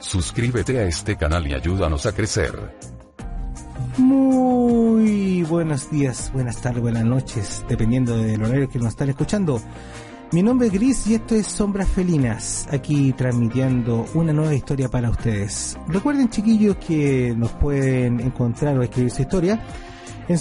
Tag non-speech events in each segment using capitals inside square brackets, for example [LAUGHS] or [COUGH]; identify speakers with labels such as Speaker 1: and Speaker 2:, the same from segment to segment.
Speaker 1: Suscríbete a este canal y ayúdanos a crecer.
Speaker 2: Muy buenos días, buenas tardes, buenas noches, dependiendo del horario que nos están escuchando. Mi nombre es Gris y esto es Sombras Felinas, aquí transmitiendo una nueva historia para ustedes. Recuerden chiquillos que nos pueden encontrar o escribir su historia en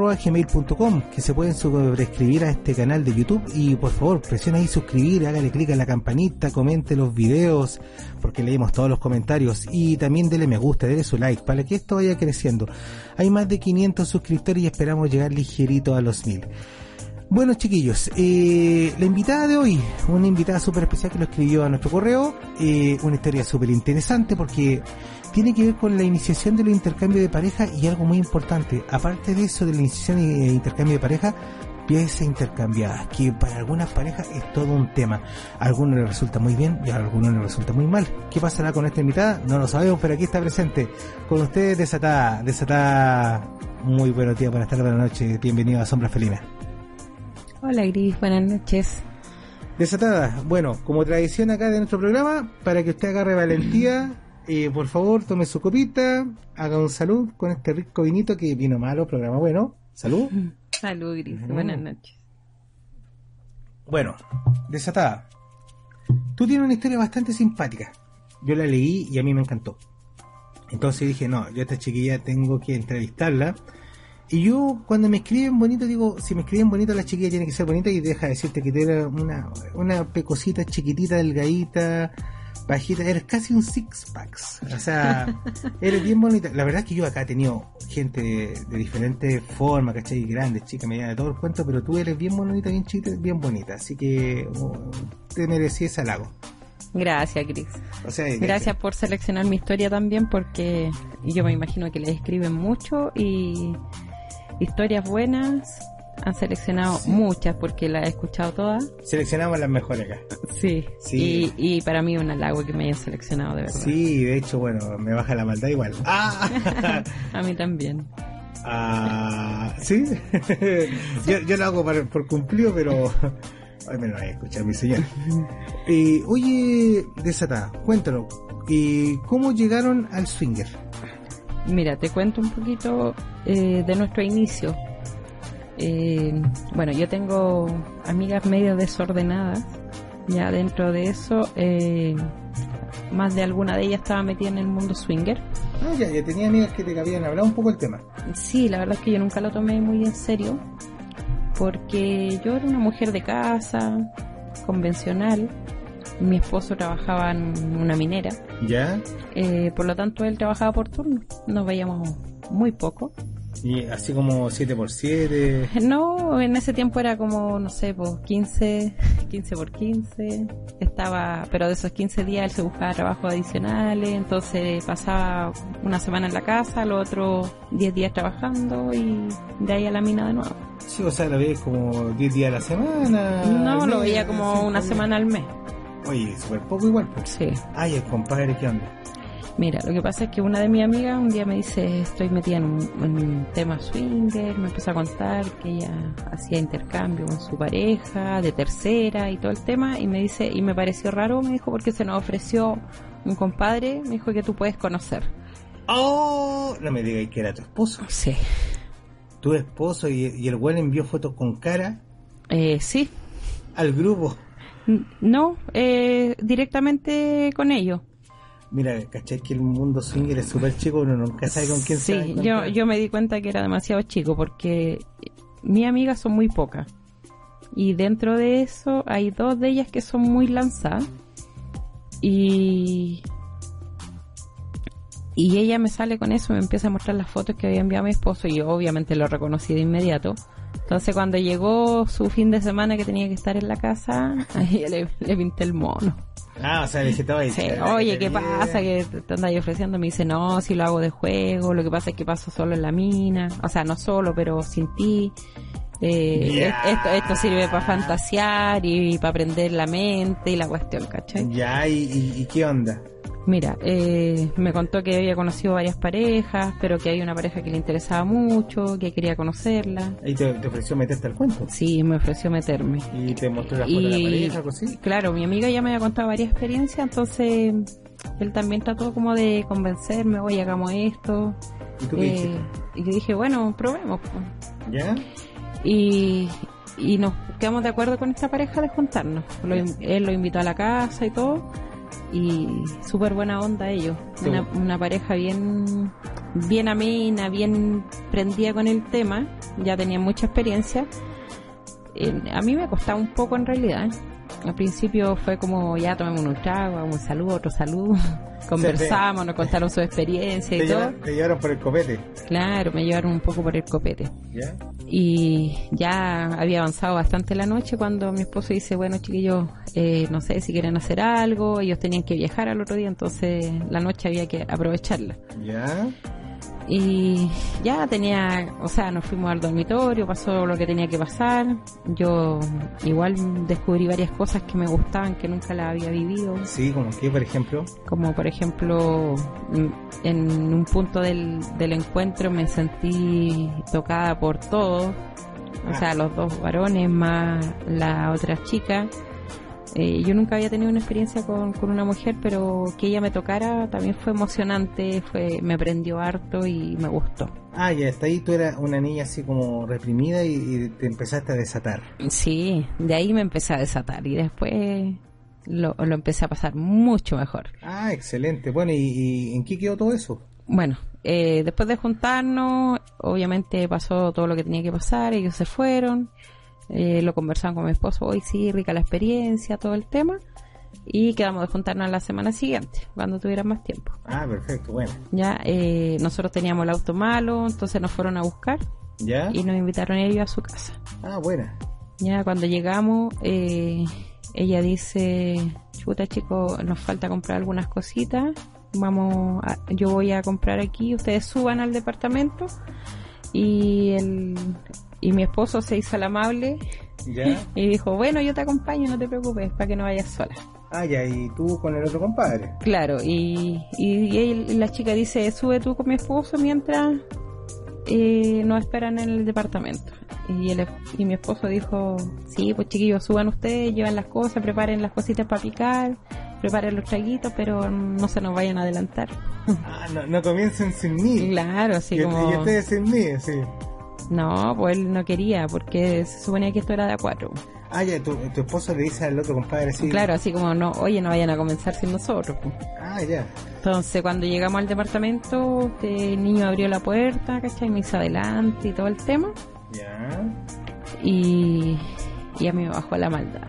Speaker 2: sombrasfelina.gmail.com que se pueden suscribir a este canal de YouTube y por favor presiona ahí suscribir, hágale clic a la campanita, comente los videos porque leemos todos los comentarios y también dele me gusta, dele su like para que esto vaya creciendo. Hay más de 500 suscriptores y esperamos llegar ligerito a los 1000. Bueno chiquillos, eh, la invitada de hoy, una invitada súper especial que lo escribió a nuestro correo, eh, una historia súper interesante porque tiene que ver con la iniciación del intercambio de pareja y algo muy importante, aparte de eso de la iniciación e intercambio de pareja, piezas intercambiadas, que para algunas parejas es todo un tema. A algunos les resulta muy bien y a algunos les resulta muy mal. ¿Qué pasará con esta invitada? No lo sabemos, pero aquí está presente. Con ustedes, desatada, desatada. Muy buenos días, buenas tardes, buenas noches. Bienvenido a Sombras Felinas.
Speaker 3: Hola Gris, buenas noches.
Speaker 2: Desatada, bueno, como tradición acá de nuestro programa, para que usted agarre valentía, eh, por favor tome su copita, haga un salud con este rico vinito que vino malo, programa bueno. Salud.
Speaker 3: Salud Gris,
Speaker 2: Mm.
Speaker 3: buenas noches.
Speaker 2: Bueno, desatada. Tú tienes una historia bastante simpática. Yo la leí y a mí me encantó. Entonces dije, no, yo a esta chiquilla tengo que entrevistarla. Y yo cuando me escriben bonito, digo, si me escriben bonito la chiquilla tiene que ser bonita y deja de decirte que tú eres una, una pecosita chiquitita, delgadita, bajita, eres casi un six packs. O sea, eres bien bonita. La verdad es que yo acá he tenido gente de, de diferentes formas, ¿cachai? Grandes, chicas, medianas, de todo el cuento, pero tú eres bien bonita, bien chita, bien bonita. Así que oh, te merecí ese halago.
Speaker 3: Gracias Gris.
Speaker 2: O sea, eh,
Speaker 3: Gracias por seleccionar mi historia también porque yo me imagino que le escriben mucho y historias buenas. Han seleccionado
Speaker 2: Sí.
Speaker 3: muchas porque las he escuchado todas.
Speaker 2: Seleccionamos las mejores acá.
Speaker 3: Sí.
Speaker 2: Sí.
Speaker 3: Y, y para mí un halago que me hayan seleccionado de verdad.
Speaker 2: Sí, de hecho, bueno, me baja la maldad igual. [LAUGHS] ¡Ah!
Speaker 3: A mí también.
Speaker 2: Ah, sí, [LAUGHS] yo, yo lo hago por, por cumplido, pero [LAUGHS] hoy me lo va a escuchar mi señor. [LAUGHS] Eh, oye, Desata, cuéntalo, eh, ¿cómo llegaron al swinger?
Speaker 3: Mira, te cuento un poquito eh, de nuestro inicio. Eh, bueno, yo tengo amigas medio desordenadas. Ya dentro de eso, eh, más de alguna de ellas estaba metida en el mundo swinger.
Speaker 2: Ah, ya, ya tenía amigas que te habían hablado un poco el tema.
Speaker 3: Sí, la verdad es que yo nunca lo tomé muy en serio. Porque yo era una mujer de casa, convencional. Mi esposo trabajaba en una minera.
Speaker 2: ¿Ya?
Speaker 3: eh, por lo tanto, él trabajaba por turno. Nos veíamos muy poco.
Speaker 2: Y así como 7x7.
Speaker 3: [LAUGHS] No, en ese tiempo era como, no sé, pues [LAUGHS] 15, 15 por 15. Estaba, pero de esos 15 días él se buscaba trabajos adicionales, entonces pasaba una semana en la casa, los otros 10 días trabajando y de ahí a la mina de nuevo.
Speaker 2: Sí, o sea, lo veis como 10 días a la semana.
Speaker 3: No,
Speaker 2: al
Speaker 3: lo
Speaker 2: mes,
Speaker 3: veía como
Speaker 2: cinco
Speaker 3: una
Speaker 2: días.
Speaker 3: semana al mes.
Speaker 2: Oye, súper poco igual. Pues.
Speaker 3: Sí.
Speaker 2: Ay, el compadre, ¿qué onda?
Speaker 3: Mira, lo que pasa es que una de mis amigas un día me dice, estoy metida en un, en un tema swinger, me empieza a contar que ella hacía intercambio con su pareja, de tercera y todo el tema, y me dice, y me pareció raro, me dijo, porque se nos ofreció un compadre, me dijo que tú puedes conocer.
Speaker 2: ¡Oh! No me digáis que era tu esposo.
Speaker 3: Sí.
Speaker 2: tu esposo y, y el güey envió fotos con cara
Speaker 3: Eh, sí.
Speaker 2: al grupo.
Speaker 3: N- No, eh, directamente con ellos.
Speaker 2: Mira, ¿cachai? Que el mundo swinger es súper chico, uno nunca sabe con quién se va a
Speaker 3: Sí, yo,
Speaker 2: encontrar.
Speaker 3: yo me di cuenta que era demasiado chico porque mis amigas son muy pocas. Y dentro de eso hay dos de ellas que son muy lanzadas. Y... Y ella me sale con eso, me empieza a mostrar las fotos que había enviado mi esposo y yo obviamente lo reconocí de inmediato. Entonces cuando llegó su fin de semana que tenía que estar en la casa, [LAUGHS] ahí le, le pinté el mono.
Speaker 2: Ah, o sea, le dijiste, oye,
Speaker 3: Sí,
Speaker 2: chica,
Speaker 3: Oye,
Speaker 2: que
Speaker 3: ¿qué
Speaker 2: te piden".
Speaker 3: pasa? Que te te andas ahí ofreciendo. Me dice, no, si lo hago de juego. Lo que pasa es que paso solo en la mina. O sea, no solo, pero sin ti. Eh,
Speaker 2: Ya.
Speaker 3: es- esto, esto sirve para fantasear y, para aprender la mente y la cuestión, ¿cachai?
Speaker 2: Ya, ¿y, y, y qué onda?
Speaker 3: Mira, eh, me contó que había conocido varias parejas, pero que hay una pareja que le interesaba mucho, que quería conocerla.
Speaker 2: Ahí te, te ofreció meterte al cuento.
Speaker 3: Sí, me ofreció meterme.
Speaker 2: Y te mostró la foto de la
Speaker 3: Y
Speaker 2: pareja, algo así.
Speaker 3: claro, mi amiga ya me había contado varias experiencias, entonces él también trató como de convencerme, oye, hagamos esto.
Speaker 2: ¿Y tú qué
Speaker 3: Eh,
Speaker 2: dijiste?
Speaker 3: y yo dije, bueno, probemos. po.
Speaker 2: ¿Ya?
Speaker 3: Y, y nos quedamos de acuerdo con esta pareja de juntarnos. Lo in- él lo invitó a la casa y todo. Y súper buena onda ellos.
Speaker 2: Sí.
Speaker 3: Una, una pareja bien, bien amena, bien prendida con el tema. Ya tenían mucha experiencia. Eh, a mí me costaba un poco en realidad. ¿eh? Al principio fue como ya tomemos un trago, hagamos un saludo, otro saludo. [LAUGHS] Conversamos, nos contaron su
Speaker 2: Te,
Speaker 3: experiencia y todo.
Speaker 2: llevaron, te llevaron por el copete.
Speaker 3: Claro, me llevaron un poco por el copete.
Speaker 2: ¿Ya?
Speaker 3: Y ya había avanzado bastante la noche cuando mi esposo dice, bueno chiquillos, eh, no sé si quieren hacer algo, ellos tenían que viajar al otro día, entonces la noche había que aprovecharla.
Speaker 2: ¿Ya?
Speaker 3: Y ya tenía, o sea, nos fuimos al dormitorio, pasó lo que tenía que pasar, yo igual descubrí varias cosas que me gustaban, que nunca las había vivido,
Speaker 2: Sí, como que, por ejemplo.
Speaker 3: como por ejemplo mm, en un punto del, del encuentro me sentí tocada por todos, o sea, los dos varones más la otra chica. Eh, yo nunca había tenido una experiencia con, con una mujer, pero que ella me tocara también fue emocionante, fue me prendió harto y me gustó.
Speaker 2: Ah, ya, hasta ahí tú eras una niña así como reprimida y, y te empezaste a desatar.
Speaker 3: Sí, de ahí me empecé a desatar y después lo, lo empecé a pasar mucho mejor.
Speaker 2: Ah, excelente. Bueno, ¿y, y en qué quedó todo eso?
Speaker 3: Bueno, eh, después de juntarnos, obviamente pasó todo lo que tenía que pasar, ellos se fueron, eh, lo conversaron con mi esposo, hoy sí, rica la experiencia, todo el tema, y quedamos de juntarnos la semana siguiente, cuando tuvieran más tiempo.
Speaker 2: Ah, perfecto, bueno.
Speaker 3: Ya, eh, nosotros teníamos el auto malo, entonces nos fueron a buscar
Speaker 2: ¿Ya?
Speaker 3: y nos invitaron ellos a su casa.
Speaker 2: Ah, buena.
Speaker 3: Ya, cuando llegamos, eh, ella dice, chuta chicos, nos falta comprar algunas cositas, vamos, a- yo voy a comprar aquí, ustedes suban al departamento y el y mi esposo se hizo el amable
Speaker 2: ¿Ya?
Speaker 3: y dijo, bueno, yo te acompaño, no te preocupes, para que no vayas sola.
Speaker 2: Ah, ya, y tú con el otro
Speaker 3: [LAUGHS]
Speaker 2: compadre.
Speaker 3: Claro, y, y, y la chica dice, sube tú con mi esposo mientras eh, nos esperan en el departamento. Y, el- y mi esposo dijo, sí, pues chiquillos, suban ustedes, llevan las cosas, preparen las cositas para picar, preparen los traguitos, pero no se nos vayan a adelantar.
Speaker 2: Ah, no, no comiencen sin mí.
Speaker 3: Claro, así
Speaker 2: y,
Speaker 3: como...
Speaker 2: y ustedes sin mí, sí.
Speaker 3: No, pues él no quería, porque se suponía que esto era de a cuatro.
Speaker 2: Ah, ya, tu, tu esposo le dice al otro compadre así.
Speaker 3: Claro, así como, no, oye, no vayan a comenzar sin nosotros. pues.
Speaker 2: Ah, ya.
Speaker 3: Entonces, cuando llegamos al departamento, este niño abrió la puerta, ¿cachai? Me hizo adelante y todo el tema.
Speaker 2: Ya.
Speaker 3: Y ya me bajó la maldad.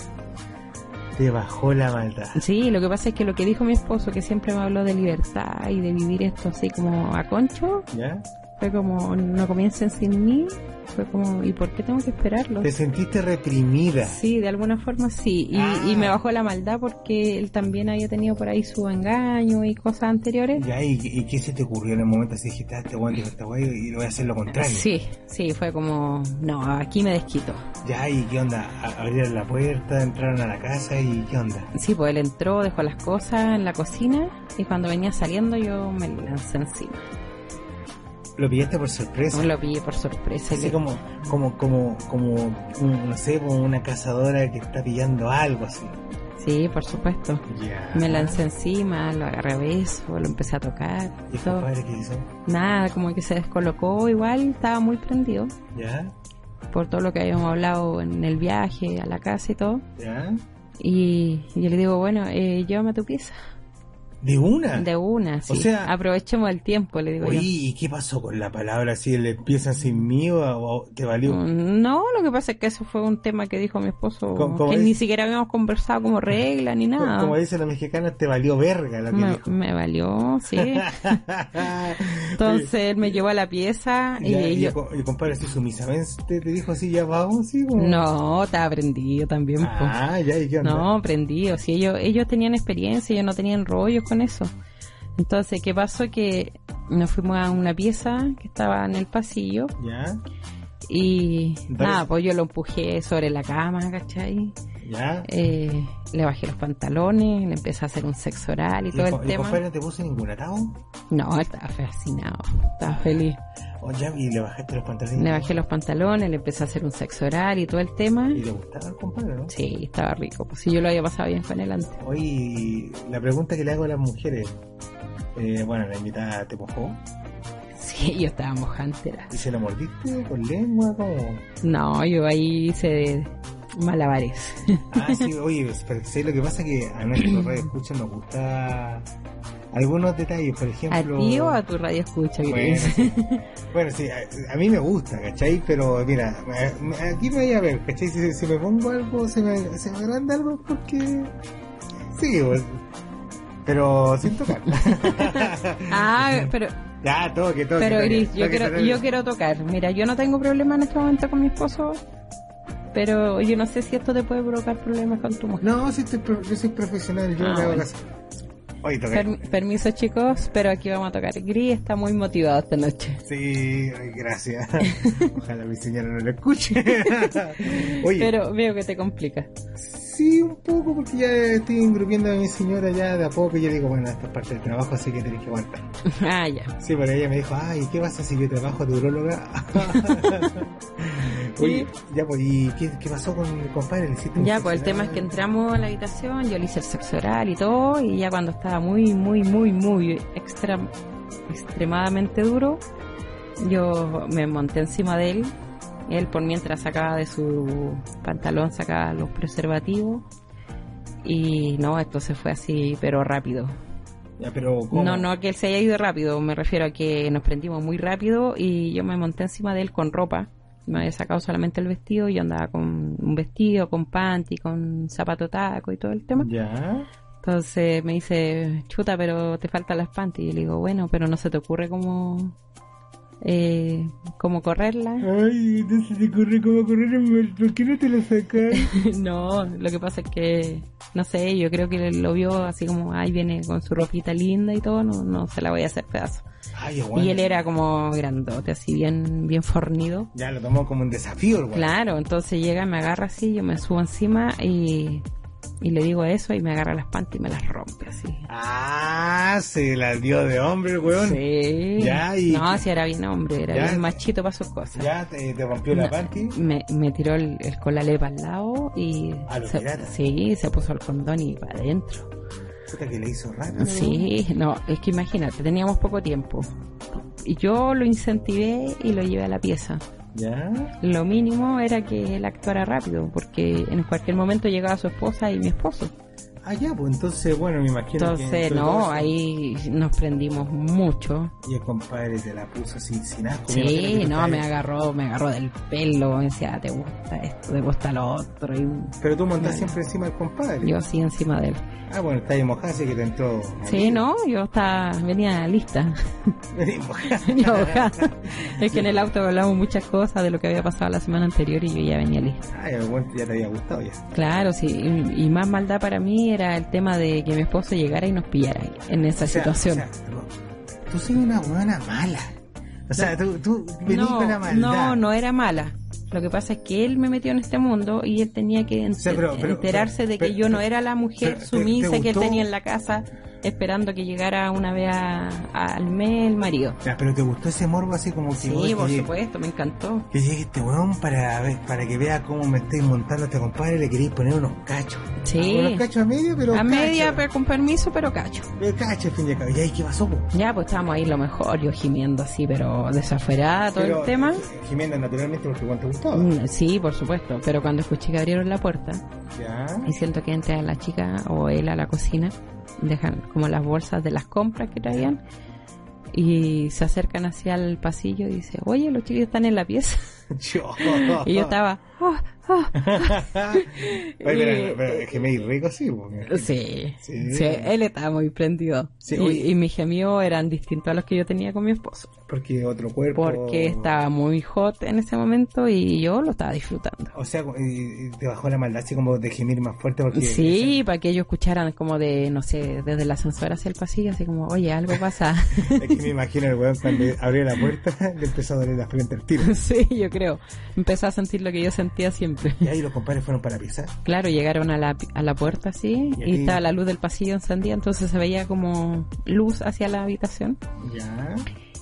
Speaker 2: Te bajó la maldad.
Speaker 3: Sí, lo que pasa es que lo que dijo mi esposo, que siempre me habló de libertad y de vivir esto así como a concho,
Speaker 2: ¿Ya?
Speaker 3: fue como, no comiencen sin mí. Fue como, ¿y por qué tengo que esperarlo?
Speaker 2: Te sentiste reprimida.
Speaker 3: Sí, de alguna forma sí. Y,
Speaker 2: Ah.
Speaker 3: y me bajó la maldad porque él también había tenido por ahí su engaño y cosas anteriores.
Speaker 2: ¿Ya? ¿Y, y qué se te ocurrió en el momento así? Dijiste, ah, este weón dijo esta weá y voy a hacer lo contrario.
Speaker 3: Sí, sí, fue como, no, aquí me desquito.
Speaker 2: Ya, ¿y qué onda? A- Abrieron la puerta, entraron a la casa y ¿qué onda?
Speaker 3: Sí, pues él entró, dejó las cosas en la cocina y cuando venía saliendo yo me lancé encima.
Speaker 2: Lo pillaste por sorpresa.
Speaker 3: Lo pillé por sorpresa. y
Speaker 2: Así
Speaker 3: le-
Speaker 2: como, como, como, como, un- no sé, como una cazadora que está pillando algo así.
Speaker 3: Sí, por supuesto.
Speaker 2: Ya.
Speaker 3: Me lancé encima, lo agarré a beso, lo empecé a tocar.
Speaker 2: ¿Y el
Speaker 3: todo.
Speaker 2: compadre qué hizo?
Speaker 3: Nada, como que se descolocó igual, estaba muy prendido
Speaker 2: ¿Ya?
Speaker 3: por todo lo que habíamos hablado en el viaje, a la casa y todo.
Speaker 2: ¿Ya?
Speaker 3: Y yo le digo, bueno, eh, llévame a tu pieza.
Speaker 2: ¿De una?
Speaker 3: De una,
Speaker 2: Ah.
Speaker 3: sí.
Speaker 2: O sea-
Speaker 3: aprovechemos el tiempo, le digo
Speaker 2: Oye,
Speaker 3: yo.
Speaker 2: ¿y qué pasó con la palabra? Si le empiezan sin mí o, o te valió.
Speaker 3: Mm, No, lo que pasa es que eso fue un tema que dijo mi esposo,
Speaker 2: ¿Cómo- cómo
Speaker 3: que
Speaker 2: es?
Speaker 3: ni siquiera habíamos conversado como regla ni nada.
Speaker 2: Como dicen los mexicanos, te valió verga lo que
Speaker 3: me, [LAUGHS]
Speaker 2: dijo. [LAUGHS]
Speaker 3: me valió, sí. Entonces él me llevó a la pieza y,
Speaker 2: Ya, y
Speaker 3: yo...
Speaker 2: el co- el compadre así sumisamente te dijo así, ya vamos, sí. como-
Speaker 3: No, te aprendido también. po.
Speaker 2: Ah, ya, ¿y qué onda?
Speaker 3: No, aprendido. Si ellos, ellos tenían experiencia, ellos no tenían rollos con eso. Entonces, ¿qué pasó? Que nos fuimos a una pieza que estaba en el pasillo
Speaker 2: Ya,
Speaker 3: y
Speaker 2: Entonces-
Speaker 3: nada, pues yo lo empujé sobre la cama, ¿cachai?
Speaker 2: ya.
Speaker 3: Eh, le bajé los pantalones, le empecé a hacer un sexo oral y
Speaker 2: ¿Y el,
Speaker 3: todo
Speaker 2: co-
Speaker 3: el
Speaker 2: el
Speaker 3: tema.
Speaker 2: compadre no te puso ningún atado?
Speaker 3: No, él estaba fascinado, estaba feliz.
Speaker 2: O Oh, ya, y le bajaste los pantalones.
Speaker 3: Le bajé los pantalones, le empecé a hacer un sexo oral y todo el tema.
Speaker 2: Y le gustaba el compadre, ¿no?
Speaker 3: Sí, estaba rico, pues si yo lo había pasado bien con él antes. [LAUGHS]
Speaker 2: Oye, la pregunta que le hago a las mujeres. Eh, bueno, la invitada te mojó.
Speaker 3: Sí, yo estaba mojante. era.
Speaker 2: ¿Y se la mordiste con lengua? ¿Cómo?
Speaker 3: No, yo ahí hice malabares.
Speaker 2: Ah,
Speaker 3: [LAUGHS]
Speaker 2: sí, oye, pero ¿sabes lo que pasa? Que a nuestros radio escuchan nos gusta algunos detalles, por
Speaker 3: ¿A
Speaker 2: ejemplo.
Speaker 3: ti o a tu radio escucha,
Speaker 2: Bueno,
Speaker 3: Cris?
Speaker 2: sí. Bueno, sí, a, a mí me gusta, ¿cachai? Pero mira, a- aquí me voy a ver, ¿cachai? Si, si me pongo algo, se me, se me agranda algo es porque... Sí, pues, pero sin tocar.
Speaker 3: [LAUGHS] Ah, pero,
Speaker 2: [LAUGHS] ya, toque, toque.
Speaker 3: pero
Speaker 2: toque,
Speaker 3: Gris, yo
Speaker 2: toque,
Speaker 3: quiero,
Speaker 2: toque.
Speaker 3: yo quiero tocar. Mira, yo no tengo problema en este momento con mi esposo, pero yo no sé si esto te puede provocar problemas con tu mujer.
Speaker 2: No, sí, estoy pro- yo soy profesional, yo
Speaker 3: Ah,
Speaker 2: me hago
Speaker 3: bueno.
Speaker 2: caso. Oye, toque.
Speaker 3: Per- permiso, chicos, pero aquí vamos a tocar. Gris está muy motivado esta noche.
Speaker 2: Sí, ay,
Speaker 3: [LAUGHS]
Speaker 2: gracias. Ojalá mi señora no lo escuche. Oye,
Speaker 3: Pero veo que te complica. [LAUGHS]
Speaker 2: sí, un poco, porque ya estoy engrupiendo a mi señora ya de a poco y yo digo, bueno, esta es parte del trabajo, así que tenés que aguantar.
Speaker 3: Ah, ya.
Speaker 2: Sí, pero ella me dijo, ay, ¿qué pasa si yo trabajo de
Speaker 3: [LAUGHS]
Speaker 2: urologa? Oye, ya, pues, ¿y qué, qué pasó con el compadre? ¿Le hiciste un
Speaker 3: Ya, pues el tema es
Speaker 2: sexo
Speaker 3: que
Speaker 2: oral?
Speaker 3: entramos a la habitación, yo le hice el sexo oral y todo, y ya cuando estaba muy, muy, muy, muy extra, extremadamente duro, yo me monté encima de él. Él por mientras sacaba de su pantalón, sacaba los preservativos. Y no, esto se fue así, pero rápido.
Speaker 2: Ya, pero ¿cómo?
Speaker 3: No, no que él se haya ido rápido, me refiero a que nos prendimos muy rápido y yo me monté encima de él con ropa. Me había sacado solamente el vestido y yo andaba con un vestido, con panty, con zapato taco y todo el tema.
Speaker 2: Ya.
Speaker 3: Entonces me dice, chuta, pero te faltan las panty. Y le digo, bueno, pero no se te ocurre cómo, eh, cómo
Speaker 2: Ah.
Speaker 3: correrla.
Speaker 2: Ay, no se te ocurre cómo correr, ¿por qué no te lo sacas?
Speaker 3: [LAUGHS] no, lo que pasa es que, no sé, yo creo que lo vio así como, ay, viene con su ropita linda y todo, no, no se la voy a hacer pedazo.
Speaker 2: Ay,
Speaker 3: Y
Speaker 2: aguanta.
Speaker 3: él era como grandote, así bien, bien fornido.
Speaker 2: Ya lo tomó como un desafío, el weón.
Speaker 3: Claro, entonces llega, me agarra así, yo me subo encima y, y le digo eso y me agarra las pantas y me las rompe así.
Speaker 2: Ah, se la dio de hombre, el weón.
Speaker 3: Sí.
Speaker 2: Ya, y-
Speaker 3: No, si era bien hombre, era
Speaker 2: Ya.
Speaker 3: bien machito para sus cosas.
Speaker 2: Ya te, te rompió la
Speaker 3: No.
Speaker 2: panty.
Speaker 3: Me, me tiró el, el colale para al lado y
Speaker 2: A lo pirata.
Speaker 3: se, sí, se puso el condón y para adentro.
Speaker 2: Puta que le hizo rápido.
Speaker 3: Sí, no, es que imagínate, teníamos poco tiempo. Y yo lo incentivé y lo llevé a la pieza.
Speaker 2: Ya.
Speaker 3: lo mínimo era que él actuara rápido, porque en cualquier momento llegaba su esposa y mi esposo.
Speaker 2: Ah, ya, pues entonces, bueno, me imagino. que
Speaker 3: Entonces,
Speaker 2: todo
Speaker 3: no,
Speaker 2: eso-
Speaker 3: ahí nos prendimos mucho.
Speaker 2: Y el compadre te la puso sin, sin asco. me imagino
Speaker 3: Sí,
Speaker 2: que
Speaker 3: no,
Speaker 2: está
Speaker 3: me
Speaker 2: ahí.
Speaker 3: agarró, me agarró del pelo, me decía, te gusta esto, te gusta lo otro, y
Speaker 2: Pero tú montás
Speaker 3: Bueno.
Speaker 2: siempre encima al compadre.
Speaker 3: yo así encima de él.
Speaker 2: Ah, bueno, está ahí mojada, así que te entró.
Speaker 3: Sí, no, yo estaba, venía lista,
Speaker 2: [LAUGHS]
Speaker 3: [LAUGHS]
Speaker 2: Vení, mojada. [LAUGHS]
Speaker 3: venía mojada. Es que en el auto hablamos muchas cosas de lo que había pasado la semana anterior y yo ya venía lista.
Speaker 2: Ay, el weón ya te había gustado ya.
Speaker 3: Claro, sí, y y más maldad para mí era el tema de que mi esposo llegara y nos pillara en esa
Speaker 2: O sea,
Speaker 3: situación.
Speaker 2: o sea, tú- tú soy una buena mala. O sea, tú, tú venís con la maldad.
Speaker 3: no, no era mala. Lo que pasa es que él me metió en este mundo y él tenía que enter-
Speaker 2: sea, pero- pero-
Speaker 3: enterarse de que
Speaker 2: pero-
Speaker 3: yo no
Speaker 2: pero-
Speaker 3: era la mujer
Speaker 2: pero, ¿te-
Speaker 3: sumisa
Speaker 2: te
Speaker 3: que él
Speaker 2: gustó?
Speaker 3: tenía en la casa esperando que llegara una vez a- a- al mes el marido.
Speaker 2: Ya, pero te gustó ese morbo así como que.
Speaker 3: Sí,
Speaker 2: oye,
Speaker 3: por
Speaker 2: que-
Speaker 3: supuesto, me encantó.
Speaker 2: Que llegue este weón para, ver, para que vea cómo me estáis montando a este compadre. Le queréis poner unos cachos.
Speaker 3: Sí.
Speaker 2: Ah, unos cachos a medio, pero.
Speaker 3: a
Speaker 2: cachos.
Speaker 3: media, pero con permiso, pero cacho.
Speaker 2: Pero cachos, fin de cabo. ¿Y ahí qué pasó, po?
Speaker 3: Ya, pues estábamos ahí lo mejor, yo gimiendo así, pero desafuerada todo
Speaker 2: Pero,
Speaker 3: el tema.
Speaker 2: eh, Jimena, naturalmente, porque cuánto te gustaba.
Speaker 3: Mm, Sí, por supuesto, pero [LAUGHS] cuando escuché que abrieron la puerta
Speaker 2: Ya.
Speaker 3: y siento que entra la chica o él a la cocina, dejan como las bolsas de las compras que traían y se acercan hacia el pasillo y dice, oye, los chicos están en la pieza. [LAUGHS]
Speaker 2: Yo.
Speaker 3: Y yo
Speaker 2: [LAUGHS]
Speaker 3: estaba, "Ah, ah".
Speaker 2: Oye,
Speaker 3: [LAUGHS]
Speaker 2: pero, pero es que me di rico, sí. porque-
Speaker 3: Sí,
Speaker 2: Sí.
Speaker 3: sí. él estaba muy prendido.
Speaker 2: Sí,
Speaker 3: y,
Speaker 2: oye.
Speaker 3: y mis gemidos eran distintos a los que yo tenía con mi esposo.
Speaker 2: Porque otro cuerpo.
Speaker 3: Porque estaba muy hot en ese momento y yo lo estaba disfrutando.
Speaker 2: O sea, y- y te bajó la maldad así como de gemir más fuerte. Porque,
Speaker 3: Sí, para que ellos escucharan como de, no sé, desde el ascensor hacia el pasillo, así como, oye, algo pasa.
Speaker 2: [LAUGHS]
Speaker 3: [LAUGHS]
Speaker 2: Es que me imagino el weón cuando abrió la puerta le empezó a doler la frente al tiro.
Speaker 3: [LAUGHS] sí, yo creo. Empecé a sentir lo que yo sentía siempre.
Speaker 2: Y ahí los compadres fueron para pisar.
Speaker 3: Claro, llegaron a la, a la puerta así
Speaker 2: Y
Speaker 3: y,
Speaker 2: aquí-
Speaker 3: estaba la luz del pasillo encendida, entonces se veía como luz hacia la habitación.
Speaker 2: Ya.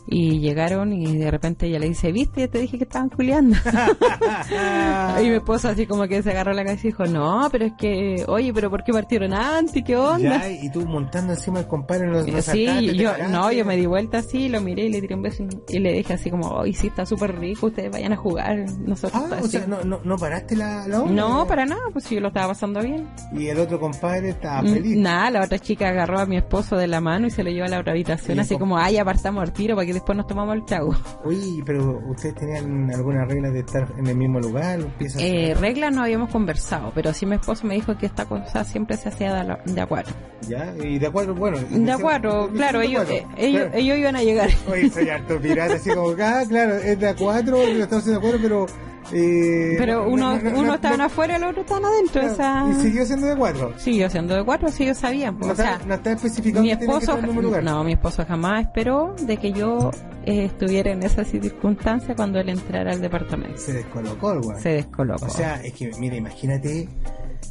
Speaker 3: Y llegaron y de repente ella le dice, viste, te dije que estaban culiando. [LAUGHS] y mi esposa así como que se agarró la cabeza y dijo, no, pero es que, oye, pero ¿por qué partieron antes? ¿Qué onda?
Speaker 2: Ya, y tú montando encima al compadre en los los
Speaker 3: sí,
Speaker 2: sacaste, te
Speaker 3: yo,
Speaker 2: cagaste.
Speaker 3: no, yo me di vuelta así, lo miré y le tiré un beso y le dije así como, oye, sí, está súper rico, ustedes vayan a jugar. Nosotros
Speaker 2: Ah, o
Speaker 3: así.
Speaker 2: sea, no, no, no paraste la, la onda.
Speaker 3: no, para nada, pues yo lo estaba pasando bien.
Speaker 2: Y el otro compadre estaba
Speaker 3: Mm,
Speaker 2: feliz.
Speaker 3: Nada, la otra chica agarró a mi esposo de la mano y se lo llevó a la otra habitación,
Speaker 2: Sí,
Speaker 3: así
Speaker 2: po-
Speaker 3: como, ay, apartamos el tiro para que después nos tomamos el trago.
Speaker 2: Oye, pero ustedes tenían alguna regla de estar en el mismo lugar, piezas.
Speaker 3: Eh, reglas no habíamos conversado, pero sí mi esposo me dijo que esta cosa siempre se hacía de, la- de a cuatro.
Speaker 2: ya, y de acuerdo, bueno.
Speaker 3: De a cuatro, claro, ellos, eh, ellos, ellos iban a llegar.
Speaker 2: Oye, soy harto pirata, así como, ah, claro, es de a cuatro, lo estamos de acuerdo, pero. eh,
Speaker 3: Pero
Speaker 2: [LAUGHS] no,
Speaker 3: uno,
Speaker 2: no, no,
Speaker 3: uno
Speaker 2: no,
Speaker 3: estaban
Speaker 2: no,
Speaker 3: afuera y el otro estaban adentro.
Speaker 2: claro,
Speaker 3: Esa...
Speaker 2: Y siguió siendo de cuatro.
Speaker 3: Siguió siendo de cuatro, sí, ellos sabían.
Speaker 2: No,
Speaker 3: o sea,
Speaker 2: está, no está especificado
Speaker 3: mi
Speaker 2: que tiene que
Speaker 3: esposo,
Speaker 2: estar en el mismo lugar.
Speaker 3: no, mi esposo jamás esperó de que yo eh, estuviera en esa circunstancia cuando él entrara al departamento.
Speaker 2: Se descolocó el weón.
Speaker 3: Se descolocó.
Speaker 2: O sea, es que, mira, imagínate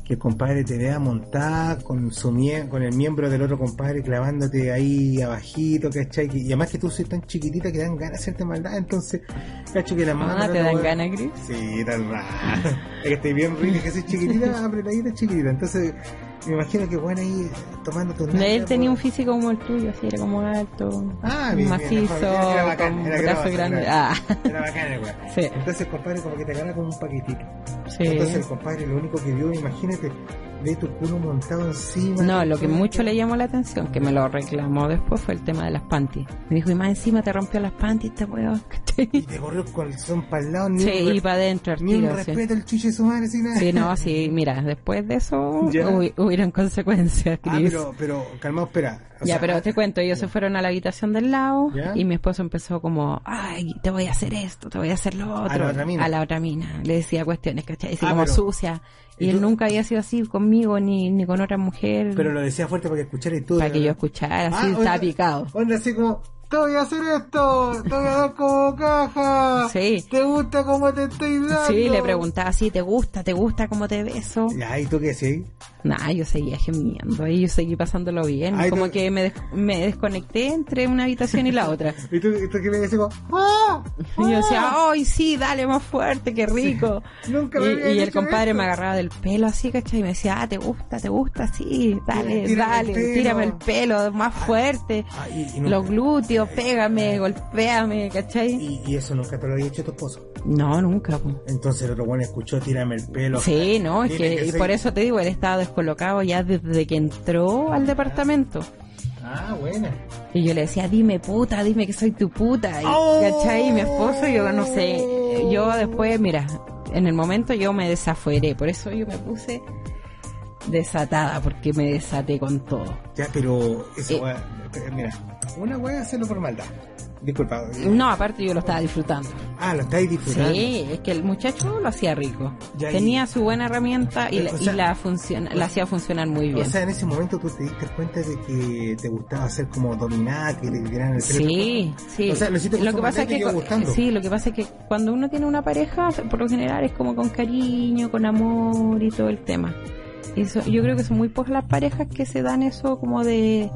Speaker 2: que el compadre te vea montada con su mie- con el miembro del otro compadre clavándote ahí abajito, ¿cachai? Que- Y además que tú sois tan chiquitita que dan ganas de hacerte maldad, entonces, cacho que la mano...
Speaker 3: Ah,
Speaker 2: no
Speaker 3: te dan
Speaker 2: va-
Speaker 3: ganas, Chris.
Speaker 2: Sí, tan raro. [LAUGHS] Es que estoy bien rica, que soy
Speaker 3: [LAUGHS]
Speaker 2: chiquitita, apretadita, chiquitita. Entonces, me imagino que bueno ahí tomando tus nalgas,
Speaker 3: Él tenía un
Speaker 2: pues.
Speaker 3: físico como el tuyo, así era como alto,
Speaker 2: Ah, bien, bien,
Speaker 3: macizo,
Speaker 2: era- era bacán,
Speaker 3: con
Speaker 2: era
Speaker 3: brazo
Speaker 2: grosso,
Speaker 3: grande.
Speaker 2: era-
Speaker 3: Ah, [LAUGHS]
Speaker 2: Era bacán el weón.
Speaker 3: sí,
Speaker 2: Entonces el compadre como que te agarra con un paquetito. Entonces el
Speaker 3: sí.
Speaker 2: compadre lo único que vio, imagínate, ve tu culo montado encima.
Speaker 3: No, lo que mucho le llamó la atención, que me lo reclamó después, fue el tema de las panties. Me dijo, y más encima te rompió las panties, este [LAUGHS] huevo.
Speaker 2: Y te corrió el corazón para el lado, ni,
Speaker 3: Sí,
Speaker 2: un, re-
Speaker 3: y para adentro, al
Speaker 2: ni un
Speaker 3: tiro, sí.
Speaker 2: respeto al chuche de su madre, sin nada.
Speaker 3: Sí, no, sí, mira, después de eso
Speaker 2: [LAUGHS] Ya.
Speaker 3: hubi- hubieron consecuencias,
Speaker 2: ah,
Speaker 3: Chris.
Speaker 2: pero, pero, calmado, espera. O
Speaker 3: ya,
Speaker 2: sea,
Speaker 3: pero te cuento, ellos se fueron a la habitación del lado
Speaker 2: Ya.
Speaker 3: y mi esposo empezó como, ay, te voy a hacer esto, te voy a hacer lo otro.
Speaker 2: la otra mina.
Speaker 3: A la otra mina. Le decía cuestiones, ¿cachai? Así
Speaker 2: Ah,
Speaker 3: como
Speaker 2: pero-
Speaker 3: sucia. Y,
Speaker 2: ¿Y
Speaker 3: él
Speaker 2: tú-
Speaker 3: nunca había sido así conmigo ni, ni con otra mujer.
Speaker 2: pero lo decía fuerte para que escuchara y tú.
Speaker 3: para que yo
Speaker 2: Ah,
Speaker 3: escuchara, así
Speaker 2: onda-
Speaker 3: estaba picado.
Speaker 2: Onda así como, te voy a hacer esto, te voy a dar como caja.
Speaker 3: Sí.
Speaker 2: ¿Te gusta cómo te estoy dando?
Speaker 3: Sí, le preguntaba así, ¿te gusta? ¿Te gusta cómo te beso?
Speaker 2: Ya, ¿y tú qué decís?
Speaker 3: Nah, yo seguía gemiendo y yo seguí pasándolo bien.
Speaker 2: Ay,
Speaker 3: como
Speaker 2: no-
Speaker 3: que me, des- me desconecté entre una habitación y la otra.
Speaker 2: ¿Y tú, y tú qué le decís? Como, ¡Ah!
Speaker 3: Y yo decía,
Speaker 2: ¡Ah!
Speaker 3: ¡ay, sí, dale más fuerte, qué rico!
Speaker 2: Nunca me habían
Speaker 3: y, y el
Speaker 2: hecho
Speaker 3: compadre
Speaker 2: esto.
Speaker 3: me agarraba del pelo así, ¿cachai? Y me decía, ah, te gusta, te gusta, sí,
Speaker 2: Tírame
Speaker 3: dale,
Speaker 2: el
Speaker 3: dale,
Speaker 2: pelo.
Speaker 3: tírame el pelo, más fuerte.
Speaker 2: Ah, y- y nunca-
Speaker 3: Los glúteos, pégame, golpéame, ¿cachai?
Speaker 2: Y, y eso nunca te lo había hecho tu esposo.
Speaker 3: No, nunca, po.
Speaker 2: Entonces el otro bueno escuchó, tírame el pelo.
Speaker 3: Sí, no, es
Speaker 2: Dile
Speaker 3: que,
Speaker 2: que
Speaker 3: y
Speaker 2: sí.
Speaker 3: por eso te digo, él estaba descolocado ya desde que entró al departamento.
Speaker 2: Ah, buena.
Speaker 3: Y yo le decía, dime puta, dime que soy tu puta. Y,
Speaker 2: ¡Oh!
Speaker 3: ¿Cachai? Y mi esposo, yo no sé. Yo después, mira, en el momento yo me desafueré. Por eso yo me puse desatada, porque me desaté con todo.
Speaker 2: Ya, pero esa
Speaker 3: Eh.
Speaker 2: weá, eh, mira, una weá hacerlo por maldad. Disculpa. eh,
Speaker 3: No, aparte yo lo estaba disfrutando.
Speaker 2: Ah, lo estáis disfrutando.
Speaker 3: Mm. Sí, es que el muchacho lo hacía rico.
Speaker 2: Ya, y-
Speaker 3: Tenía su buena herramienta y,
Speaker 2: Eh,
Speaker 3: la-
Speaker 2: o sea-
Speaker 3: y la, funciona, la hacía funcionar muy
Speaker 2: O
Speaker 3: bien.
Speaker 2: sea, en ese momento tú te diste cuenta de que te gustaba ser como dominada, que te tiraran el pelo.
Speaker 3: Sí, sí.
Speaker 2: O sea, lo hiciste con su
Speaker 3: pasa
Speaker 2: manera
Speaker 3: es
Speaker 2: y te
Speaker 3: que
Speaker 2: quedó
Speaker 3: cu-
Speaker 2: gustando.
Speaker 3: sí, lo que pasa es que cuando uno tiene una pareja, por lo general es como con cariño, con amor y todo el tema. Y Eso, yo creo que son muy pocas las parejas que se dan eso como de,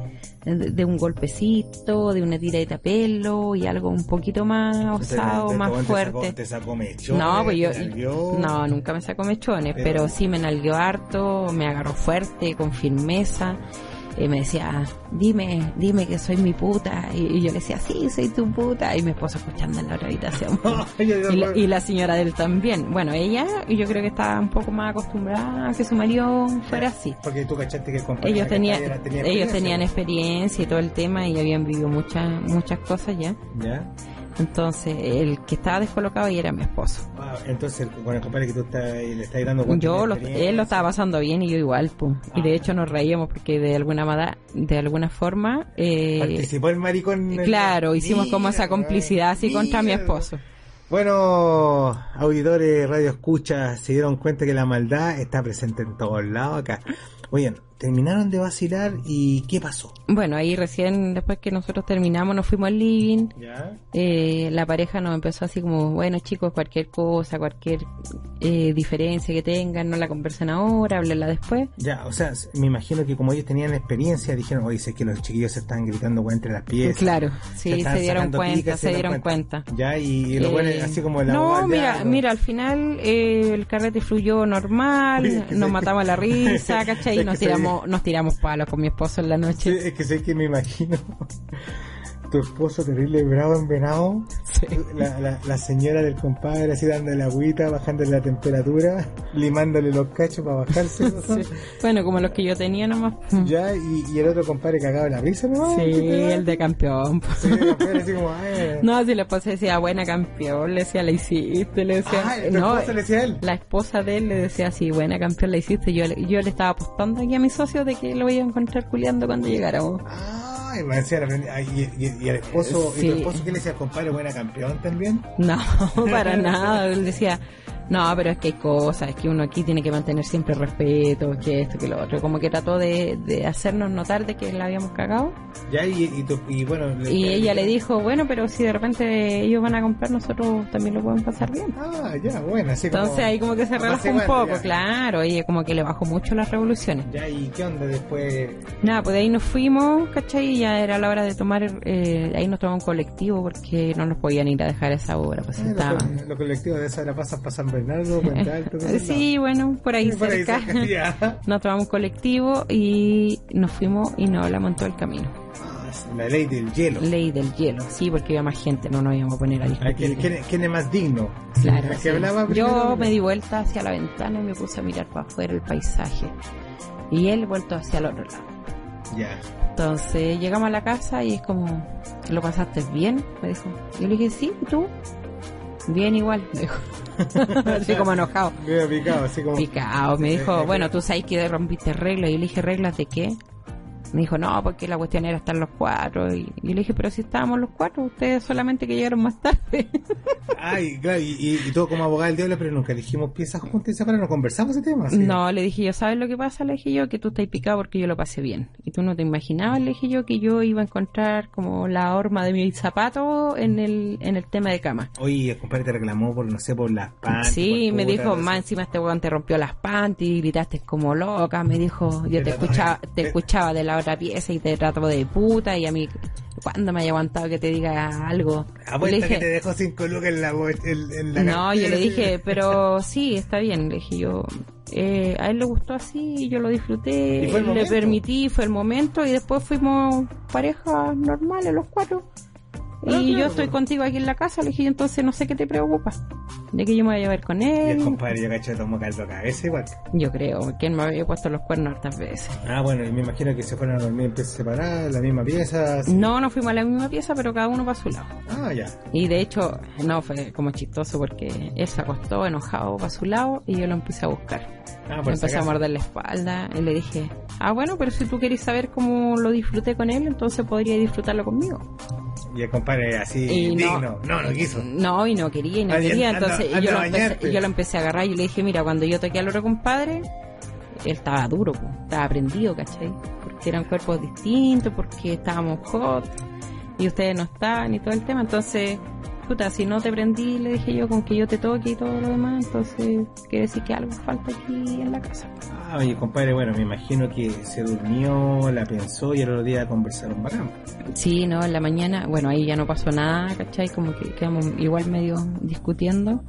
Speaker 3: de, de un golpecito, de una tiradita a pelo y algo un poquito más
Speaker 2: Entonces,
Speaker 3: osado,
Speaker 2: de- de-
Speaker 3: más
Speaker 2: te sacó-
Speaker 3: fuerte.
Speaker 2: Te sacó mechón.
Speaker 3: No, pues yo,
Speaker 2: No. [LAUGHS]
Speaker 3: no, nunca me sacó mechones,
Speaker 2: Pero-
Speaker 3: pero, sí me nalgueó harto, me agarró fuerte, con firmeza. eh, me decía, dime, dime que soy mi puta. Y, y yo le decía, sí, soy tu puta. Y mi esposo escuchando en la otra
Speaker 2: [LAUGHS]
Speaker 3: habitación. y, la, y la señora de él también. Bueno, ella yo creo que estaba un poco más acostumbrada a que su marido fuera así.
Speaker 2: Porque tú cachaste que el compañero
Speaker 3: Ellos,
Speaker 2: que
Speaker 3: tenía-
Speaker 2: estaba ahí era- tenía
Speaker 3: ellos
Speaker 2: experiencia.
Speaker 3: tenían experiencia y todo el tema y habían vivido muchas, muchas cosas ya.
Speaker 2: pues. ¿Ya?
Speaker 3: Entonces, el que estaba descolocado ahí era mi esposo.
Speaker 2: Ah, entonces, con el compadre que tú estás, le estás dando cuenta
Speaker 3: Yo, eh,
Speaker 2: de
Speaker 3: lo-
Speaker 2: experiencia.
Speaker 3: él lo estaba pasando bien y yo igual, pum. Y
Speaker 2: Ah.
Speaker 3: de hecho nos reíamos porque de alguna manera, de alguna forma, eh,
Speaker 2: Participó el maricón. en-
Speaker 3: claro, hicimos como
Speaker 2: Mira,
Speaker 3: esa complicidad así
Speaker 2: mira.
Speaker 3: contra mi esposo.
Speaker 2: Bueno, auditores, radio escucha, se dieron cuenta que la maldad está presente en todos lados acá. Oigan, terminaron de vacilar y ¿qué pasó?
Speaker 3: Bueno, ahí recién después que nosotros terminamos nos fuimos al living.
Speaker 2: ¿Ya?
Speaker 3: Eh, la pareja nos empezó así como, bueno chicos, cualquier cosa, cualquier eh, diferencia que tengan, no la conversen ahora, háblenla después.
Speaker 2: Ya, o sea, me imagino que como ellos tenían experiencia, dijeron, oye, sé que los chiquillos se están gritando weón, entre las piezas.
Speaker 3: Claro,
Speaker 2: Se
Speaker 3: sí,
Speaker 2: están
Speaker 3: se dieron
Speaker 2: sacando
Speaker 3: cuenta,
Speaker 2: picas,
Speaker 3: se, dieron cuenta.
Speaker 2: Ya, y, lo
Speaker 3: Eh,
Speaker 2: bueno así como la
Speaker 3: No,
Speaker 2: abogada,
Speaker 3: mira,
Speaker 2: ya,
Speaker 3: mira, al final eh, el carrete fluyó normal,
Speaker 2: Oye, es que
Speaker 3: nos
Speaker 2: se-
Speaker 3: matamos
Speaker 2: [LAUGHS]
Speaker 3: la risa, ¿cachai?
Speaker 2: Es
Speaker 3: Y nos
Speaker 2: que se-
Speaker 3: tiramos, nos tiramos palos con mi esposo en la
Speaker 2: Sí,
Speaker 3: noche.
Speaker 2: es que sé que me imagino tu esposo terrible bravo envenado,
Speaker 3: Sí.
Speaker 2: la, la, la señora del compadre así dando la agüita, bajando la temperatura, limándole los cachos para bajarse. ¿no?
Speaker 3: [LAUGHS] Sí. Bueno, como los que yo tenía nomás. Oh,
Speaker 2: Ya, y, y el otro compadre cagado en la risa, ¿no?
Speaker 3: Sí,
Speaker 2: ¿Viste?
Speaker 3: el de campeón. po.
Speaker 2: Sí, el compadre así como, ay,
Speaker 3: No, si la esposa decía, buena campeón, le decía, la hiciste, le decía.
Speaker 2: Ah, tu
Speaker 3: no, eh.
Speaker 2: esposo le decía a él.
Speaker 3: La esposa de él le decía, sí, buena campeón, la hiciste. Yo, le- yo le estaba apostando aquí a mis socios de que lo iba a encontrar culiando cuando llegáramos.
Speaker 2: Ay, me decía, la prendi- ay, y, y- y el esposo, ¿y
Speaker 3: Sí.
Speaker 2: tu esposo qué le decía al compadre? Buena campeón también.
Speaker 3: [LAUGHS] No,
Speaker 2: [LAUGHS]
Speaker 3: para nada. Él decía, no, pero es que hay cosas, es que uno aquí tiene que mantener siempre respeto, que esto, que lo otro. Como que trató de, de hacernos notar de que la habíamos cagado.
Speaker 2: Ya, y, y, tu- y bueno. le-
Speaker 3: Y ella le dijo, bueno, pero si de repente ellos van a comprar, nosotros también lo pueden pasar bien.
Speaker 2: Ah, ya, bueno, así como.
Speaker 3: Entonces ahí como que se relajó un
Speaker 2: Básicamente,
Speaker 3: poco,
Speaker 2: ya.
Speaker 3: claro. Ella como que le bajó mucho las revoluciones.
Speaker 2: Ya, ¿y qué onda después?
Speaker 3: Nada, pues de ahí nos fuimos, ¿cachai? Y ya era la hora de tomar, eh, ahí nos tomamos un colectivo porque no nos podían ir a dejar a esa hora, pues
Speaker 2: Eh,
Speaker 3: estaban.
Speaker 2: Los los colectivos de esa la pasan para San Bernardo, Puente Alto, todo eso,
Speaker 3: Sí, bueno,
Speaker 2: [LAUGHS]
Speaker 3: por
Speaker 2: no.
Speaker 3: ahí
Speaker 2: pues, Por ahí
Speaker 3: cerca.
Speaker 2: cerca, ya.
Speaker 3: Nos tomamos colectivo y nos fuimos y nos hablamos en todo el camino.
Speaker 2: Ah, es La ley del hielo.
Speaker 3: Ley del hielo, sí, porque había más gente, no nos íbamos a poner a
Speaker 2: Ah, ¿quién,
Speaker 3: discutir.
Speaker 2: quién- quién es más digno?
Speaker 3: Claro,
Speaker 2: El que
Speaker 3: sí.
Speaker 2: hablaba primero,
Speaker 3: Yo me di vuelta hacia la ventana y me puse a mirar para afuera el paisaje. Y él vuelto hacia el otro lado.
Speaker 2: Ya.
Speaker 3: Entonces llegamos a la casa y es como, ¿lo pasaste bien? Me dijo. Yo le dije, sí, ¿y tú? Bien igual, me dijo. [LAUGHS] Así como enojado.
Speaker 2: Medio picado, así como.
Speaker 3: Picao, ah, me
Speaker 2: Eh, eh,
Speaker 3: dijo, bueno,
Speaker 2: eh.
Speaker 3: tú sabes que rompiste reglas. Y yo le dije, ¿reglas de qué? Me dijo, no, porque la cuestión era estar los cuatro. Y y yo le dije, pero si estábamos los cuatro, ustedes solamente que llegaron más tarde.
Speaker 2: Ay, claro, y, y, y todo como abogado del diablo, pero nunca elegimos piezas juntas y esa no conversamos ese tema. Ah, ¿sí?
Speaker 3: [LAUGHS] No, le dije yo, ¿sabes lo que pasa? Le dije yo, que tú estás picado porque yo lo pasé bien. Y tú no te imaginabas, le dije yo, que yo iba a encontrar como la horma de mi zapato en el, en el tema de cama.
Speaker 2: Oye, el compadre te reclamó por, no sé, por las panties.
Speaker 3: Sí,
Speaker 2: por
Speaker 3: me
Speaker 2: putas,
Speaker 3: dijo,
Speaker 2: no sé.
Speaker 3: más encima este weón te rompió las panties, gritaste como loca, me dijo, yo te
Speaker 2: Pero no,
Speaker 3: escuchaba,
Speaker 2: [LAUGHS] eh,
Speaker 3: te
Speaker 2: eh.
Speaker 3: escuchaba de la otra pieza y te trataba de puta y a mí, ¿cuándo me haya aguantado que te diga algo?
Speaker 2: Ah, Apuesta
Speaker 3: Le dije,
Speaker 2: que te dejó cinco lucas en la, bo- en, en la
Speaker 3: no, yo
Speaker 2: cartera, [LAUGHS]
Speaker 3: le
Speaker 2: sí.
Speaker 3: dije, pero sí, está bien, le dije yo. eh, a él le gustó así, yo lo disfruté,
Speaker 2: Y fue el
Speaker 3: le
Speaker 2: momento.
Speaker 3: permití, fue el momento y después fuimos parejas normales los cuatro. Y
Speaker 2: Ah, claro,
Speaker 3: yo estoy
Speaker 2: pues.
Speaker 3: contigo aquí en la casa, le dije yo, entonces no sé qué te preocupa, de que yo me vaya a ver con
Speaker 2: Y el
Speaker 3: él.
Speaker 2: compadre, yo cacho, tomó caldo cabeza igual.
Speaker 3: Yo creo que él me había puesto los cuernos hartas veces.
Speaker 2: Ah, bueno, y me imagino que se fueron a dormir en piezas separadas, la misma pieza. así.
Speaker 3: No, no fuimos a la misma pieza, pero cada uno para su lado.
Speaker 2: Ah, ya.
Speaker 3: Y de hecho, no, fue como chistoso porque él se acostó enojado para su lado y yo lo empecé a buscar.
Speaker 2: Ah,
Speaker 3: Me
Speaker 2: por si
Speaker 3: empezó a
Speaker 2: acaso.
Speaker 3: morder la espalda y le dije, ah, bueno, pero si tú querés saber cómo lo disfruté con él, entonces podría disfrutarlo conmigo.
Speaker 2: Y el compadre así,
Speaker 3: Y
Speaker 2: digno.
Speaker 3: no.
Speaker 2: No, no, quiso.
Speaker 3: No, y no quería, y no
Speaker 2: Ay,
Speaker 3: quería.
Speaker 2: anda-
Speaker 3: Entonces
Speaker 2: anda
Speaker 3: yo,
Speaker 2: a
Speaker 3: lo
Speaker 2: bañarte.
Speaker 3: empecé, yo lo empecé a agarrar y le dije, mira, cuando yo toqué al otro compadre, él estaba duro, po, estaba prendido, ¿cachai? Porque eran cuerpos distintos, porque estábamos hot, y ustedes no estaban, y todo el tema. Entonces, puta, si no te prendí, le dije yo, con que yo te toque y todo lo demás, entonces quiere decir que algo falta aquí en la casa.
Speaker 2: Ah, oye, compadre, bueno, me imagino que se durmió, la pensó y el otro día conversaron bacán.
Speaker 3: Sí, no, en la mañana, bueno, ahí ya no pasó nada, ¿cachai? Como que quedamos igual medio discutiendo.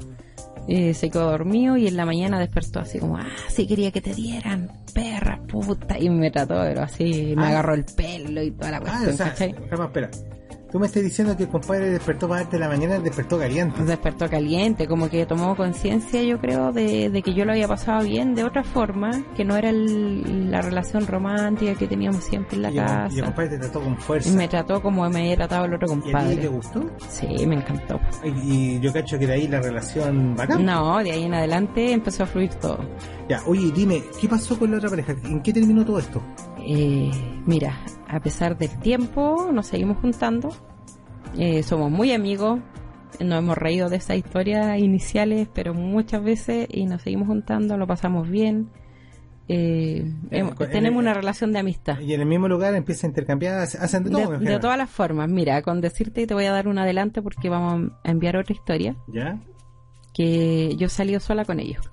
Speaker 3: Eh, se quedó dormido y en la mañana despertó así como, ah, sí quería que te dieran, perra, puta. Y me trató, pero así, me
Speaker 2: Ah.
Speaker 3: agarró el pelo y toda la
Speaker 2: Ah,
Speaker 3: cuestión,
Speaker 2: o sea,
Speaker 3: ¿cachai?
Speaker 2: calma, espera. Tú me estás diciendo que el compadre despertó para darte la mañana y despertó caliente.
Speaker 3: despertó caliente, como que tomó conciencia, yo creo, de, de que yo lo había pasado bien de otra forma, que no era el- la relación romántica que teníamos siempre en la
Speaker 2: y, el, y el
Speaker 3: casa.
Speaker 2: compadre te trató con
Speaker 3: Y
Speaker 2: fuerza.
Speaker 3: me trató como me había tratado el otro
Speaker 2: ¿Y a ti te
Speaker 3: compadre.
Speaker 2: gustó?
Speaker 3: Sí, me encantó.
Speaker 2: Y, y yo cacho que de ahí la relación bacán.
Speaker 3: No, de ahí en adelante empezó a fluir todo.
Speaker 2: Ya, oye, dime, ¿qué pasó con la otra pareja? ¿En qué terminó todo esto?
Speaker 3: Eh, mira, a pesar del tiempo, nos seguimos juntando. Eh, somos muy amigos. Nos hemos reído de esas historias iniciales, pero muchas veces y nos seguimos juntando, lo pasamos bien. Eh, hemos-
Speaker 2: cu- en
Speaker 3: tenemos
Speaker 2: el-
Speaker 3: una relación de amistad.
Speaker 2: Y en el mismo lugar empieza a intercambiar, hace- hacen de
Speaker 3: De,
Speaker 2: todo. en
Speaker 3: de
Speaker 2: general.
Speaker 3: todas las formas, mira, con decirte te voy a dar un adelanto porque vamos a enviar otra historia
Speaker 2: ¿Ya?
Speaker 3: que yo he salido sola con ellos,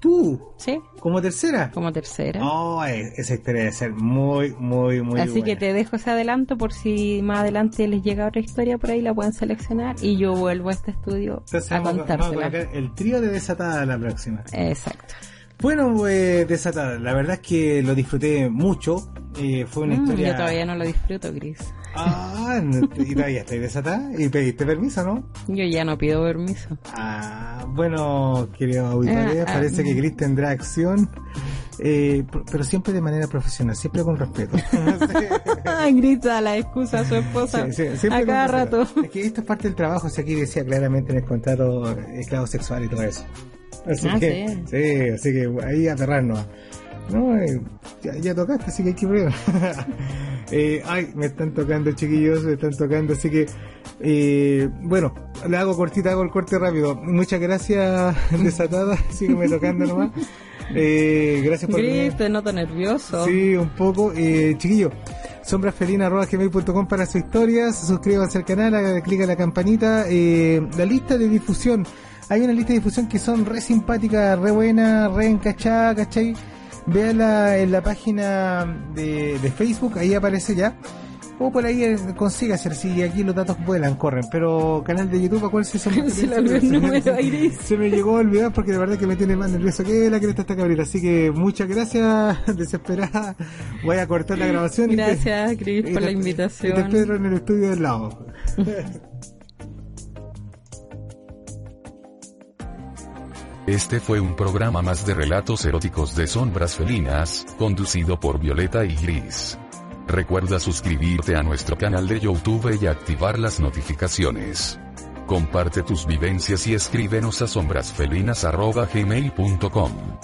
Speaker 2: ¿Tú?
Speaker 3: ¿sí?
Speaker 2: ¿Como tercera?
Speaker 3: Como tercera.
Speaker 2: No, e- esa historia debe ser muy, muy, muy
Speaker 3: Así que
Speaker 2: buena.
Speaker 3: te dejo ese adelanto por si más adelante les llega otra historia por ahí, la pueden seleccionar y yo vuelvo a este estudio
Speaker 2: Entonces
Speaker 3: a
Speaker 2: vamos, a- vamos a
Speaker 3: contársela.
Speaker 2: colocar el trío de Desatada la próxima.
Speaker 3: Exacto.
Speaker 2: Bueno, eh, Desatada, la verdad es que lo disfruté mucho. Eh, fue una
Speaker 3: Mm,
Speaker 2: historia...
Speaker 3: Yo todavía no lo disfruto, Cris.
Speaker 2: Ah, no- y todavía estoy desatada y pediste permiso, ¿no?
Speaker 3: Yo ya no pido
Speaker 2: [LAUGHS]
Speaker 3: permiso.
Speaker 2: Ah, bueno, queridos auditores,
Speaker 3: Ah, ah.
Speaker 2: parece que Chris tendrá acción, eh, pr- pero siempre de manera profesional, siempre con respeto.
Speaker 3: Grita la excusa a su esposa
Speaker 2: Sí, sí, siempre
Speaker 3: a
Speaker 2: con
Speaker 3: cada
Speaker 2: respeto.
Speaker 3: rato.
Speaker 2: Es que esto es parte del trabajo, o sea, aquí decía claramente en el contrato esclavo sexual y todo eso. Así
Speaker 3: Ah,
Speaker 2: que,
Speaker 3: sí.
Speaker 2: sí, así que ahí aterrarnos. No, eh, ya, ya tocaste, así que hay que probar. [LAUGHS] Eh, ay, me están tocando, chiquillos, me están tocando, así que, eh, bueno, la hago cortita, hago el corte rápido. Muchas gracias, [LAUGHS] desatada, sígueme tocando
Speaker 3: [LAUGHS]
Speaker 2: nomás. Eh, gracias por venir.
Speaker 3: Gris, te noto nervioso.
Speaker 2: Sí, un poco. Eh, chiquillo, sombrasfelina.com para sus historias. Suscríbanse al canal, haga clic a la campanita. Eh, la lista de difusión. Hay una lista de difusión que son re simpáticas, re buenas, re encachadas, ¿cachai? Véala en la página de, de Facebook, ahí aparece ya. O por ahí eh, consiga hacer si aquí los datos vuelan, corren. Pero canal de YouTube, ¿a cuál se somos?
Speaker 3: Se le olvidó el número a Iris.
Speaker 2: Se me llegó a olvidar porque de verdad que me tiene más nervioso que la cresta esta cabrera. Así que muchas gracias, [LAUGHS] desesperada. Voy a cortar la
Speaker 3: [LAUGHS]
Speaker 2: grabación. y te-
Speaker 3: Gracias, Cris,
Speaker 2: y
Speaker 3: por
Speaker 2: te-
Speaker 3: la
Speaker 2: y te
Speaker 3: invitación.
Speaker 2: espero en el estudio del lado.
Speaker 1: Este fue un programa más de relatos eróticos de sombras felinas, conducido por Violeta y Gris. Recuerda suscribirte a nuestro canal de YouTube y activar las notificaciones. Comparte tus vivencias y escríbenos a sombrasfelinas.gmail.com.